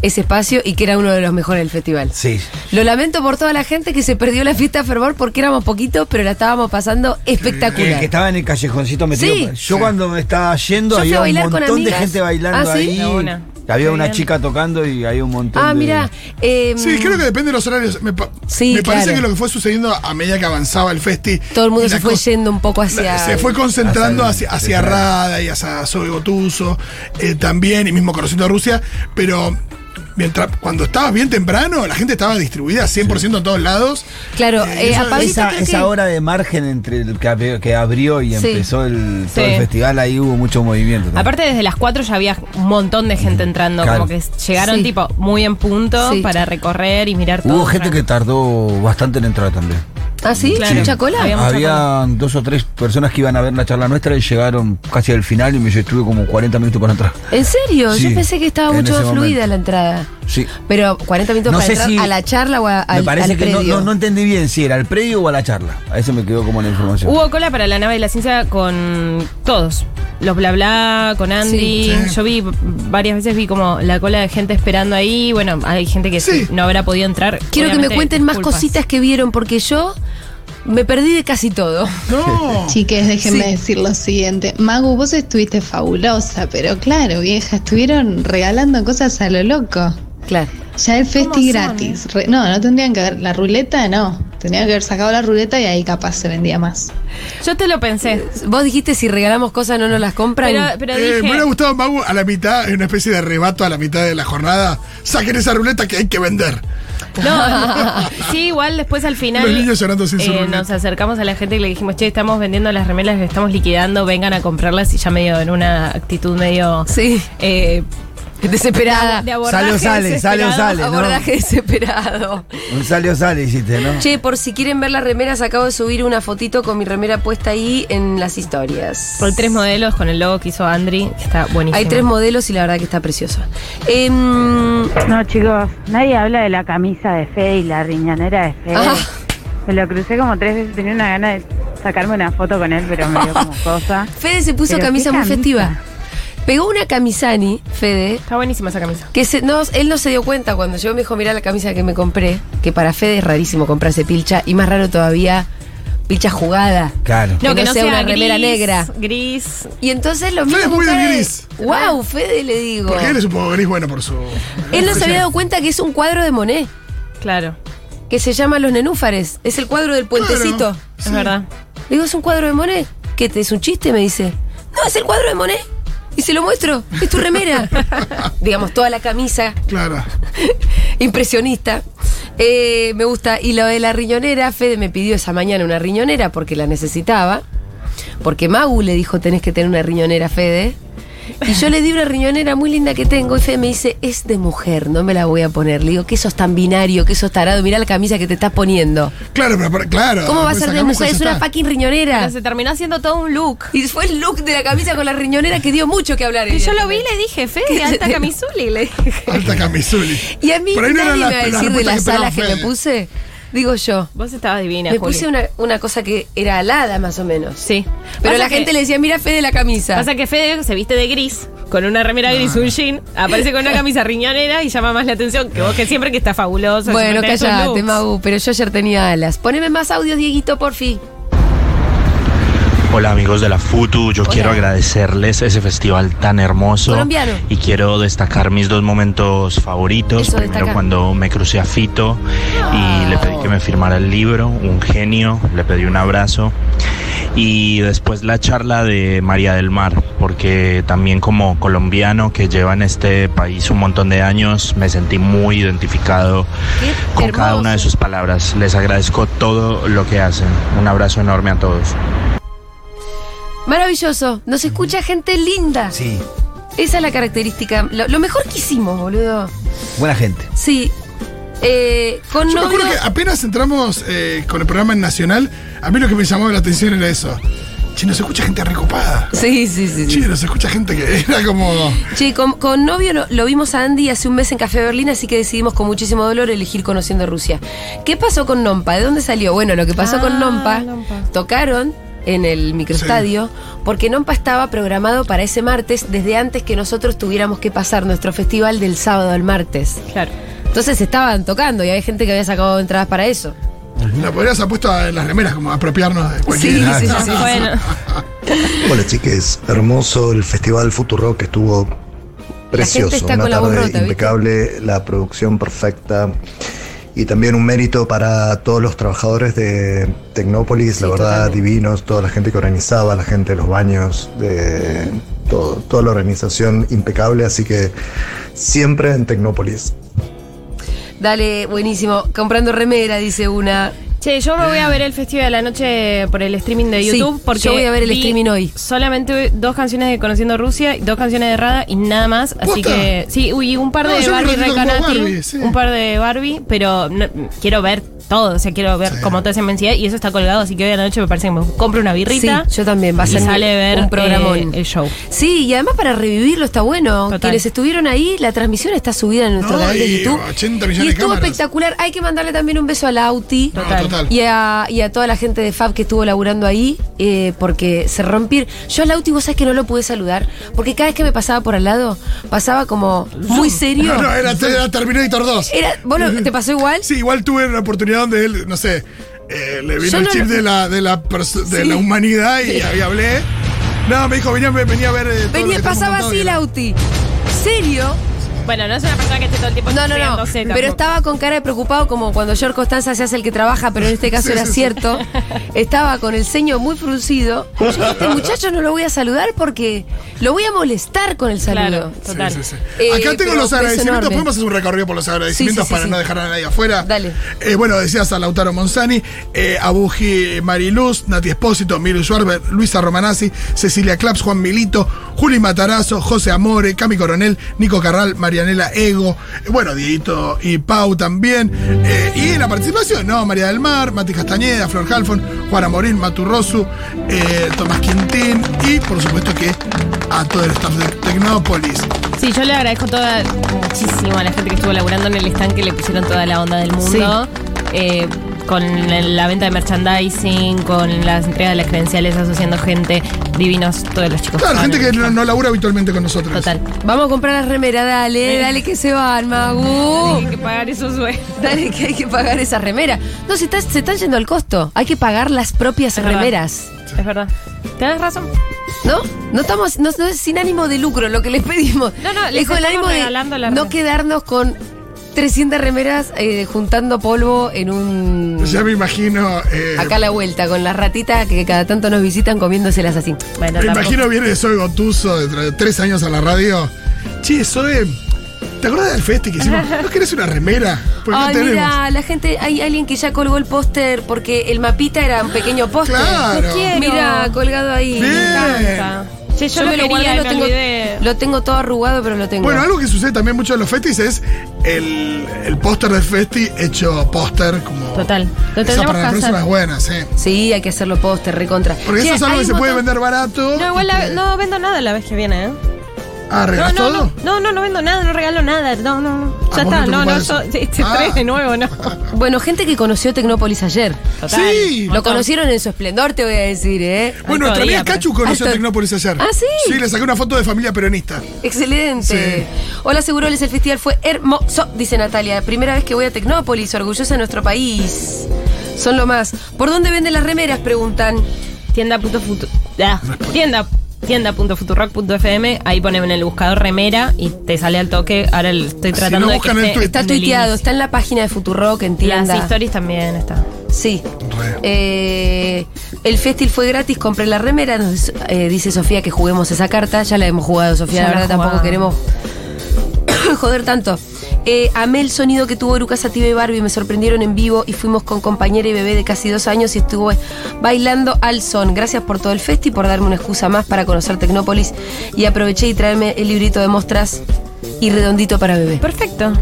[SPEAKER 2] ese espacio y que era uno de los mejores del festival.
[SPEAKER 3] Sí.
[SPEAKER 2] Lo lamento por toda la gente que se perdió la fiesta Fervor porque éramos poquitos, pero la estábamos pasando
[SPEAKER 3] El que
[SPEAKER 2] espectacular.
[SPEAKER 3] estaba en el callejoncito metido.
[SPEAKER 2] Sí.
[SPEAKER 3] Yo cuando me estaba yendo
[SPEAKER 2] Yo fui a
[SPEAKER 3] había un
[SPEAKER 2] bailar con
[SPEAKER 3] montón de
[SPEAKER 2] amigas.
[SPEAKER 3] gente bailando
[SPEAKER 2] Ah, ¿sí?
[SPEAKER 3] ahí.
[SPEAKER 1] De una.
[SPEAKER 3] Había
[SPEAKER 1] Qué
[SPEAKER 3] una
[SPEAKER 1] bien.
[SPEAKER 3] chica tocando y había un montón
[SPEAKER 2] Ah,
[SPEAKER 3] de-
[SPEAKER 2] mira. eh,
[SPEAKER 4] Sí, creo que depende de los horarios. Me, pa-
[SPEAKER 2] Sí,
[SPEAKER 4] me parece
[SPEAKER 2] claro.
[SPEAKER 4] que lo que fue sucediendo a medida que avanzaba el festi.
[SPEAKER 2] Todo el mundo
[SPEAKER 4] y
[SPEAKER 2] se
[SPEAKER 4] la
[SPEAKER 2] fue
[SPEAKER 4] cosa-
[SPEAKER 2] yendo un poco hacia.
[SPEAKER 4] Se fue concentrando
[SPEAKER 3] Hacia el- hacia
[SPEAKER 4] hacia, hacia
[SPEAKER 3] el-
[SPEAKER 4] Rada y hacia Zoe Gotuso eh, también, y mismo conociendo a Rusia, pero mientras cuando estabas bien temprano, la gente estaba distribuida 100% en todos lados.
[SPEAKER 2] Claro, eh,
[SPEAKER 4] esa-
[SPEAKER 2] a Pablito
[SPEAKER 3] Esa,
[SPEAKER 2] creo
[SPEAKER 3] esa
[SPEAKER 2] que-
[SPEAKER 3] hora de margen entre el que, ab- que abrió y
[SPEAKER 2] Sí.
[SPEAKER 3] empezó el, todo
[SPEAKER 1] Sí.
[SPEAKER 3] el festival, ahí hubo mucho movimiento. también.
[SPEAKER 1] Aparte, desde las 4 ya había un montón de gente entrando.
[SPEAKER 3] Claro.
[SPEAKER 1] Como que llegaron,
[SPEAKER 2] Sí.
[SPEAKER 1] tipo, muy en punto
[SPEAKER 2] Sí.
[SPEAKER 1] para recorrer y mirar todo.
[SPEAKER 3] hubo gente que tardó bastante en entrar también.
[SPEAKER 2] ¿Ah, sí?
[SPEAKER 1] Claro.
[SPEAKER 2] ¿Mucha cola?
[SPEAKER 1] Había- mucha
[SPEAKER 3] Había dos o tres personas que iban a ver la charla nuestra y llegaron casi al final y me yo estuve como 40 minutos para entrar.
[SPEAKER 2] ¿En serio?
[SPEAKER 3] Sí,
[SPEAKER 2] Yo pensé que estaba
[SPEAKER 3] en
[SPEAKER 2] mucho más
[SPEAKER 3] ese
[SPEAKER 2] fluida
[SPEAKER 3] momento.
[SPEAKER 2] la entrada.
[SPEAKER 3] Sí.
[SPEAKER 2] Pero 40 minutos
[SPEAKER 3] No
[SPEAKER 2] para
[SPEAKER 3] sé
[SPEAKER 2] entrar
[SPEAKER 3] si-
[SPEAKER 2] a la charla o a, al,
[SPEAKER 3] me parece
[SPEAKER 2] al
[SPEAKER 3] que no-
[SPEAKER 2] predio.
[SPEAKER 3] no, no entendí bien si era al predio o a la charla. A eso me quedó como la información.
[SPEAKER 1] Hubo cola para la nave de la ciencia con todos. Los bla bla, con Andy.
[SPEAKER 4] Sí. Sí.
[SPEAKER 1] Yo vi varias veces vi como la cola de gente esperando ahí. Bueno, hay gente que
[SPEAKER 4] Sí.
[SPEAKER 1] no habrá podido entrar.
[SPEAKER 2] Quiero que me
[SPEAKER 1] Obviamente,
[SPEAKER 2] cuenten más
[SPEAKER 1] disculpas.
[SPEAKER 2] cositas que vieron porque yo me perdí de casi todo.
[SPEAKER 4] No.
[SPEAKER 7] Chiques, déjenme
[SPEAKER 2] Sí.
[SPEAKER 7] decir lo siguiente. Magu, vos estuviste fabulosa, pero claro, vieja, estuvieron regalando cosas a lo loco.
[SPEAKER 2] Claro.
[SPEAKER 7] Ya el
[SPEAKER 1] ¿Cómo son,
[SPEAKER 7] festi gratis. Re- no, no tendrían que haber. La ruleta, no. Tendrían que haber sacado la ruleta y ahí capaz se vendía más.
[SPEAKER 1] Yo te lo pensé.
[SPEAKER 2] Vos dijiste si regalamos cosas no nos las compran.
[SPEAKER 1] Pero, pero
[SPEAKER 4] Eh,
[SPEAKER 1] dije.
[SPEAKER 4] me hubiera gustado Magu a la mitad, en una especie de rebato a la mitad de la jornada. Saquen esa ruleta que hay que vender.
[SPEAKER 1] No, sí, igual después al final. eh,
[SPEAKER 4] Los niños llorando sin su ruleta.
[SPEAKER 1] Nos acercamos a la gente y le dijimos, che, estamos vendiendo las remeras, las estamos liquidando, vengan a comprarlas. Y ya medio en una actitud medio.
[SPEAKER 2] Sí.
[SPEAKER 1] eh,
[SPEAKER 2] Desesperada.
[SPEAKER 1] De abordaje
[SPEAKER 3] Sale o sale,
[SPEAKER 1] desesperado.
[SPEAKER 3] sale o sale. ¿no?
[SPEAKER 2] Abordaje desesperado.
[SPEAKER 3] Un sale o sale hiciste, ¿no?
[SPEAKER 2] Che, por si quieren ver las remeras, acabo de subir una fotito con mi remera puesta ahí en las historias.
[SPEAKER 1] Por tres modelos con el logo que hizo Andri, que está buenísimo.
[SPEAKER 2] Hay tres modelos y la verdad que está preciosa. Em,
[SPEAKER 8] No, chicos, nadie habla de la camisa de Fede y la riñonera de Fede.
[SPEAKER 2] Ah.
[SPEAKER 8] Me lo crucé como tres veces, tenía una gana de sacarme una foto con él, pero me dio como cosa.
[SPEAKER 2] Fede se puso
[SPEAKER 8] Pero
[SPEAKER 2] camisa
[SPEAKER 8] qué
[SPEAKER 2] muy
[SPEAKER 8] camisa.
[SPEAKER 2] festiva. Pegó una camisani, Fede,
[SPEAKER 1] Está buenísima esa camisa.
[SPEAKER 2] que se- no, él no se dio cuenta cuando llegó. Me dijo, mirá la camisa que me compré. Que para Fede es rarísimo comprarse pilcha. Y más raro todavía, pilcha jugada.
[SPEAKER 3] Claro.
[SPEAKER 1] No, que, no sea,
[SPEAKER 2] una
[SPEAKER 1] gris,
[SPEAKER 2] remera negra.
[SPEAKER 1] Gris.
[SPEAKER 2] Y entonces lo
[SPEAKER 4] Fede
[SPEAKER 2] mismo.
[SPEAKER 4] es muy del
[SPEAKER 2] cara de,
[SPEAKER 4] gris.
[SPEAKER 2] Wow, Fede le digo.
[SPEAKER 4] Porque él es un poco gris, bueno, por su.
[SPEAKER 2] Él no se había dado cuenta que es un cuadro de Monet,
[SPEAKER 1] Claro,
[SPEAKER 2] que se llama Los Nenúfares. Es el cuadro del puentecito.
[SPEAKER 4] Claro.
[SPEAKER 1] es
[SPEAKER 4] Sí.
[SPEAKER 1] verdad.
[SPEAKER 2] Le digo, es un cuadro de Monet. ¿Qué te es un chiste? Me dice. No, es el cuadro de Monet. Y se lo muestro. Es tu remera. Digamos, toda la camisa
[SPEAKER 4] Claro.
[SPEAKER 2] impresionista. Eh, me gusta. Y lo de la riñonera, Fede me pidió esa mañana una riñonera porque la necesitaba. Porque Magu le dijo, tenés que tener una riñonera, Fede. Y yo le di una riñonera muy linda que tengo y Fede me dice, es de mujer, no me la voy a poner. Le digo, que sos tan binario, que sos tarado, mirá la camisa que te estás poniendo.
[SPEAKER 4] Claro, pero, pero- claro.
[SPEAKER 2] ¿Cómo va a
[SPEAKER 4] esa
[SPEAKER 2] ser de
[SPEAKER 4] camisa
[SPEAKER 2] mujer?
[SPEAKER 4] ya
[SPEAKER 2] Es una
[SPEAKER 4] pues está.
[SPEAKER 2] fucking riñonera.
[SPEAKER 1] Pero se terminó haciendo todo un look.
[SPEAKER 2] Y fue el look de la camisa con la riñonera que dio mucho que hablar.
[SPEAKER 1] Que yo lo vi y le dije, Fede, alta camisula. Y le dije,
[SPEAKER 4] Alta camisuli.
[SPEAKER 2] Y a mí
[SPEAKER 4] Por ahí no
[SPEAKER 2] nadie
[SPEAKER 4] era la-
[SPEAKER 2] me va a
[SPEAKER 4] la
[SPEAKER 2] decir de las
[SPEAKER 4] respuesta que esperaba
[SPEAKER 2] alas que me
[SPEAKER 4] Fede.
[SPEAKER 2] puse. Digo yo,
[SPEAKER 1] vos estabas divina,
[SPEAKER 2] me
[SPEAKER 1] Juli.
[SPEAKER 2] puse una, una cosa que era alada más o menos.
[SPEAKER 1] Sí.
[SPEAKER 2] Pero
[SPEAKER 1] Pasa
[SPEAKER 2] la
[SPEAKER 1] que-
[SPEAKER 2] gente le decía, mira Fede la camisa.
[SPEAKER 1] Pasa que Fede se viste de gris, con una remera gris, un jean, aparece con una camisa riñonera y llama más la atención que vos, que siempre que está fabuloso.
[SPEAKER 2] bueno,
[SPEAKER 1] siempre tenés tus
[SPEAKER 2] callate,
[SPEAKER 1] looks.
[SPEAKER 2] Mau, pero yo ayer tenía alas. Poneme más audios, Dieguito, por fin.
[SPEAKER 9] Hola amigos de la FUTU, yo
[SPEAKER 2] Hola.
[SPEAKER 9] quiero agradecerles ese festival tan hermoso
[SPEAKER 2] Colombiano.
[SPEAKER 9] y quiero destacar mis dos momentos favoritos.
[SPEAKER 2] Eso,
[SPEAKER 9] Primero
[SPEAKER 2] destaca.
[SPEAKER 9] cuando me crucé a Fito y
[SPEAKER 2] Ah,
[SPEAKER 9] le pedí que me firmara el libro, un genio, le pedí un abrazo. Y después la charla de María del Mar, porque también como colombiano que lleva en este país un montón de años, me sentí muy identificado
[SPEAKER 2] Qué
[SPEAKER 9] con cada
[SPEAKER 2] hermoso.
[SPEAKER 9] una de sus palabras. Les agradezco todo lo que hacen. Un abrazo enorme a todos.
[SPEAKER 2] Maravilloso. Nos escucha gente linda.
[SPEAKER 3] Sí,
[SPEAKER 2] Esa es la característica. Lo, lo mejor que hicimos, boludo.
[SPEAKER 3] buena gente.
[SPEAKER 2] Sí. Eh, con
[SPEAKER 4] Yo me acuerdo que
[SPEAKER 2] novios-
[SPEAKER 4] apenas entramos eh, con el programa en Nacional, a mí lo que me llamó la atención era eso. Che, nos escucha gente recopada.
[SPEAKER 2] Sí, sí, sí. sí.
[SPEAKER 4] Che, nos escucha gente que era como.
[SPEAKER 2] Che, con, con novio lo, lo vimos a Andy hace un mes en Café Berlín, así que decidimos con muchísimo dolor elegir Conociendo Rusia. ¿Qué pasó con Nompa? ¿De dónde salió? Bueno, lo que pasó
[SPEAKER 1] Ah,
[SPEAKER 2] con Nompa,
[SPEAKER 1] Nompa.
[SPEAKER 2] tocaron en el microestadio, porque Nompa estaba programado para ese martes desde antes que nosotros tuviéramos que pasar nuestro festival del sábado al martes.
[SPEAKER 1] Claro.
[SPEAKER 2] Entonces estaban tocando y había gente que había sacado entradas para eso.
[SPEAKER 4] La podrías haber puesto en las remeras, como apropiarnos de cualquier.
[SPEAKER 2] Sí, sí, sí, sí.
[SPEAKER 1] Bueno,
[SPEAKER 10] Hola chiques, hermoso el festival Futuro que estuvo precioso,
[SPEAKER 2] gente está
[SPEAKER 10] una
[SPEAKER 2] con la
[SPEAKER 10] tarde
[SPEAKER 2] voz rota, ¿viste?
[SPEAKER 10] impecable, la producción perfecta y también un mérito para todos los trabajadores de Tecnópolis, la
[SPEAKER 2] Sí,
[SPEAKER 10] verdad
[SPEAKER 2] totalmente.
[SPEAKER 10] divinos, toda la gente que organizaba, la gente de los baños, de todo, toda la organización impecable, así que siempre en Tecnópolis.
[SPEAKER 2] Dale, buenísimo. Comprando remera, dice una.
[SPEAKER 1] Che, yo me voy a ver el festival de la noche por el streaming de
[SPEAKER 2] Sí,
[SPEAKER 1] YouTube. porque
[SPEAKER 2] yo voy a ver el
[SPEAKER 1] vi
[SPEAKER 2] streaming hoy.
[SPEAKER 1] Solamente dos canciones de Conociendo Rusia, y dos canciones de Rada y nada más. Así
[SPEAKER 4] ¿Posta?
[SPEAKER 1] que. Sí, uy, y un par
[SPEAKER 4] No,
[SPEAKER 1] de
[SPEAKER 4] yo me
[SPEAKER 1] Barbie
[SPEAKER 4] retiro como
[SPEAKER 1] Recanati.
[SPEAKER 4] Barbie, sí.
[SPEAKER 1] Un par de Barbie, pero no- quiero ver todo. O sea, quiero ver
[SPEAKER 4] Sí.
[SPEAKER 1] como toda esa inmensidad. Y eso está colgado, así que hoy a la noche me parece que me compro una birrita.
[SPEAKER 2] Sí, yo también. Va a
[SPEAKER 1] Y
[SPEAKER 2] ser
[SPEAKER 1] sale ver,
[SPEAKER 2] un programón.
[SPEAKER 1] eh, el show.
[SPEAKER 2] Sí, y además para revivirlo está bueno.
[SPEAKER 1] Total.
[SPEAKER 2] Quienes estuvieron ahí, la transmisión está subida en nuestro
[SPEAKER 4] No,
[SPEAKER 2] canal de
[SPEAKER 4] y
[SPEAKER 2] YouTube.
[SPEAKER 4] 80 millones
[SPEAKER 2] y
[SPEAKER 4] de
[SPEAKER 2] estuvo
[SPEAKER 4] cámaras.
[SPEAKER 2] espectacular. Hay que mandarle también un beso a Lauti.
[SPEAKER 4] No,
[SPEAKER 1] Total.
[SPEAKER 4] total.
[SPEAKER 2] Y a, y a toda la gente de Fab que estuvo laburando ahí, eh, porque se rompieron. Yo a Lauti, vos sabés que no lo pude saludar, porque cada vez que me pasaba por al lado, pasaba como muy serio.
[SPEAKER 4] No, no, era, era Terminator 2.
[SPEAKER 2] Era, ¿Vos lo- te pasó igual?
[SPEAKER 4] Sí, igual tuve una oportunidad donde él, no sé, eh, le vino
[SPEAKER 2] Yo
[SPEAKER 4] el
[SPEAKER 2] no
[SPEAKER 4] chip
[SPEAKER 2] lo-
[SPEAKER 4] de, la, de, la perso- de
[SPEAKER 2] Sí.
[SPEAKER 4] la humanidad y, ahí hablé. No, me dijo, venía, venía a ver. eh, todo lo
[SPEAKER 2] Venía,
[SPEAKER 4] que te hemos
[SPEAKER 2] pasaba
[SPEAKER 4] contado,
[SPEAKER 2] así,
[SPEAKER 4] que era-
[SPEAKER 2] Lauti. ¿Serio?
[SPEAKER 1] Bueno, no es una persona que esté todo el tiempo
[SPEAKER 2] No, no, no.
[SPEAKER 1] friándose
[SPEAKER 2] Pero
[SPEAKER 1] tampoco.
[SPEAKER 2] estaba con cara de preocupado como cuando George Costanza se hace el que trabaja, pero en este caso era cierto. Estaba con el ceño muy fruncido. Yo dije, este muchacho no lo voy a saludar porque lo voy a molestar con el saludo.
[SPEAKER 1] Claro, total.
[SPEAKER 4] Sí, sí, sí.
[SPEAKER 2] Eh,
[SPEAKER 4] Acá tengo
[SPEAKER 2] pero
[SPEAKER 4] los
[SPEAKER 2] peso
[SPEAKER 4] agradecimientos.
[SPEAKER 2] enorme.
[SPEAKER 4] Podemos hacer un recorrido por los agradecimientos
[SPEAKER 2] Sí, sí, sí,
[SPEAKER 4] para
[SPEAKER 2] sí.
[SPEAKER 4] no dejar a nadie afuera.
[SPEAKER 2] Dale.
[SPEAKER 4] Eh, bueno, decías a Lautaro Monzani, eh, a Buji Mariluz, Nati Espósito, Miru Schwarber, Luisa Romanazzi, Cecilia Claps, Juan Milito, Juli Matarazo, José Amore, Cami Coronel, Nico Carral, Marianela Ego, eh, bueno, Dieguito y Pau también. Eh, y en la participación, ¿no? María del Mar, Mati Castañeda, Flor Halfon, Juana Morín, Maturrosu, eh, Tomás Quintín y por supuesto que a todo el staff de Tecnópolis.
[SPEAKER 1] Sí, yo le agradezco toda, muchísimo a la gente que estuvo laburando en el stand, que le pusieron toda la onda del mundo. Eh, con la, la venta de merchandising, con las entregas de las credenciales, asociando gente, divinos todos los chicos.
[SPEAKER 4] Claro, gente que
[SPEAKER 1] estaban en
[SPEAKER 4] no, no
[SPEAKER 1] el
[SPEAKER 4] labura habitualmente con nosotros.
[SPEAKER 1] stand. Total.
[SPEAKER 2] Vamos a comprar las remeras, dale, dale que se van, Magu.
[SPEAKER 1] Tienen que pagar esos sueldos.
[SPEAKER 2] Dale que hay que pagar esas remeras. No, se, está- se están yendo al costo. Hay que pagar las propias
[SPEAKER 1] Es verdad.
[SPEAKER 2] remeras.
[SPEAKER 1] Es verdad. Tenés razón.
[SPEAKER 2] ¿No? No estamos no, no es sin ánimo de lucro lo que les pedimos.
[SPEAKER 1] No, no,
[SPEAKER 2] Es
[SPEAKER 1] les
[SPEAKER 2] con el ánimo
[SPEAKER 1] estamos regalando
[SPEAKER 2] de
[SPEAKER 1] la
[SPEAKER 2] no
[SPEAKER 1] remera.
[SPEAKER 2] quedarnos con 300 remeras eh, juntando polvo en un...
[SPEAKER 4] Ya me imagino. eh,
[SPEAKER 2] Acá a la vuelta, con las ratitas que cada tanto nos visitan comiéndoselas así.
[SPEAKER 1] Bueno,
[SPEAKER 4] me
[SPEAKER 1] tampoco.
[SPEAKER 4] imagino viene Zoe Gotuso dentro de tres años a la radio. Che, Zoe, ¿te acordás del festi que hicimos? ¿No querés una remera? Pues no
[SPEAKER 2] Ay,
[SPEAKER 4] tenemos.
[SPEAKER 2] mira, la gente, hay alguien que ya colgó el póster porque el mapita era un pequeño póster.
[SPEAKER 4] Claro. Lo
[SPEAKER 1] quiero.
[SPEAKER 2] Mira, colgado ahí.
[SPEAKER 4] Bien.
[SPEAKER 1] Che, yo, lo
[SPEAKER 2] me
[SPEAKER 1] quería
[SPEAKER 2] guardé,
[SPEAKER 1] y
[SPEAKER 2] lo
[SPEAKER 1] me
[SPEAKER 2] tengo,
[SPEAKER 1] olvidé.
[SPEAKER 2] lo tengo todo arrugado, pero lo tengo.
[SPEAKER 4] Bueno, algo que sucede también mucho en los festis es el, el póster del festi hecho póster como.
[SPEAKER 1] Total. Lo
[SPEAKER 4] Esa
[SPEAKER 1] tendremos
[SPEAKER 4] para las
[SPEAKER 1] que hacer.
[SPEAKER 4] próximas buenas, eh.
[SPEAKER 2] Sí, hay que hacerlo póster, recontra.
[SPEAKER 4] Porque
[SPEAKER 2] Che,
[SPEAKER 4] eso es
[SPEAKER 2] hay
[SPEAKER 4] algo que
[SPEAKER 2] un
[SPEAKER 4] se puede
[SPEAKER 2] montón-
[SPEAKER 4] vender barato. Eh,
[SPEAKER 1] No, igual la- no vendo nada la vez que viene, ¿eh?
[SPEAKER 4] Ah,
[SPEAKER 1] No,
[SPEAKER 4] ¿regalás
[SPEAKER 1] no,
[SPEAKER 4] todo?
[SPEAKER 1] no, no, no, no vendo nada, no regalo nada, no, no, no.
[SPEAKER 4] Ah,
[SPEAKER 1] Ya
[SPEAKER 4] vos
[SPEAKER 1] está,
[SPEAKER 4] no te
[SPEAKER 1] no, no,
[SPEAKER 4] ocupás de
[SPEAKER 1] yo,
[SPEAKER 4] eso.
[SPEAKER 1] este
[SPEAKER 4] Ah.
[SPEAKER 1] tres de nuevo, no.
[SPEAKER 2] Bueno, gente que conoció Tecnópolis ayer.
[SPEAKER 4] Sí.
[SPEAKER 2] Lo conocieron en su esplendor, te voy a decir, ¿eh.
[SPEAKER 4] Bueno, nuestra
[SPEAKER 1] todavía,
[SPEAKER 4] amiga Cachu conoció
[SPEAKER 2] Hasta-
[SPEAKER 4] Tecnópolis ayer.
[SPEAKER 2] Ah, ¿sí?
[SPEAKER 4] Sí, le saqué una foto de familia peronista.
[SPEAKER 2] Excelente. Hola, Seguroles, el festival fue hermoso, dice Natalia. Primera vez que voy a Tecnópolis, orgullosa de nuestro país. Son lo más. ¿Por dónde venden las remeras? Preguntan.
[SPEAKER 1] Tienda punto futu- ah, tienda tienda.futurock.fm, ahí ponen en el buscador remera y te sale al toque. Ahora el- estoy
[SPEAKER 4] Ah, Si
[SPEAKER 1] tratando
[SPEAKER 4] no
[SPEAKER 1] de que
[SPEAKER 4] buscan en
[SPEAKER 1] esté-
[SPEAKER 4] Twitter.
[SPEAKER 2] Está
[SPEAKER 1] en el
[SPEAKER 2] tuiteado,
[SPEAKER 1] inicio.
[SPEAKER 2] está en la página de Futurock, en tienda.
[SPEAKER 1] Las stories también está.
[SPEAKER 2] Sí.
[SPEAKER 4] Re.
[SPEAKER 2] Eh, el festival fue gratis, compré la remera. Nos, eh, dice Sofía que juguemos esa carta. Ya la hemos jugado, Sofía.
[SPEAKER 1] Ya
[SPEAKER 2] la
[SPEAKER 1] la
[SPEAKER 2] verdad, tampoco
[SPEAKER 1] jugamos.
[SPEAKER 2] queremos joder tanto. Eh, amé el sonido que tuvo Eruca Sativa y Barbie. Me sorprendieron en vivo y fuimos con compañera y bebé de casi dos años y estuvo bailando al son. Gracias por todo el festi, por darme una excusa más para conocer Tecnópolis. Y aproveché y traerme el librito de muestras y redondito para bebé.
[SPEAKER 1] Perfecto.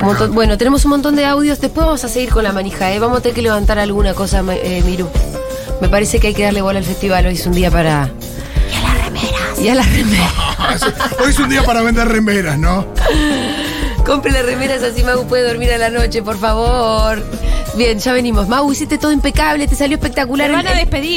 [SPEAKER 2] Un montón- bueno, tenemos un montón de audios. Después vamos a seguir con la manija, ¿eh? Vamos a tener que levantar alguna cosa, ma- eh, Miru. Me parece que hay que darle bola al festival. Hoy es un día para. Y a las remeras. Y a las remeras.
[SPEAKER 4] Ah, eso- Hoy es un día para vender remeras, ¿no?
[SPEAKER 2] Compre las remeras así Magu puede dormir a la noche, por favor. Bien, ya venimos. Magu, hiciste todo impecable, te salió espectacular.
[SPEAKER 1] Te
[SPEAKER 2] el-
[SPEAKER 1] van a
[SPEAKER 2] el-
[SPEAKER 1] despedir.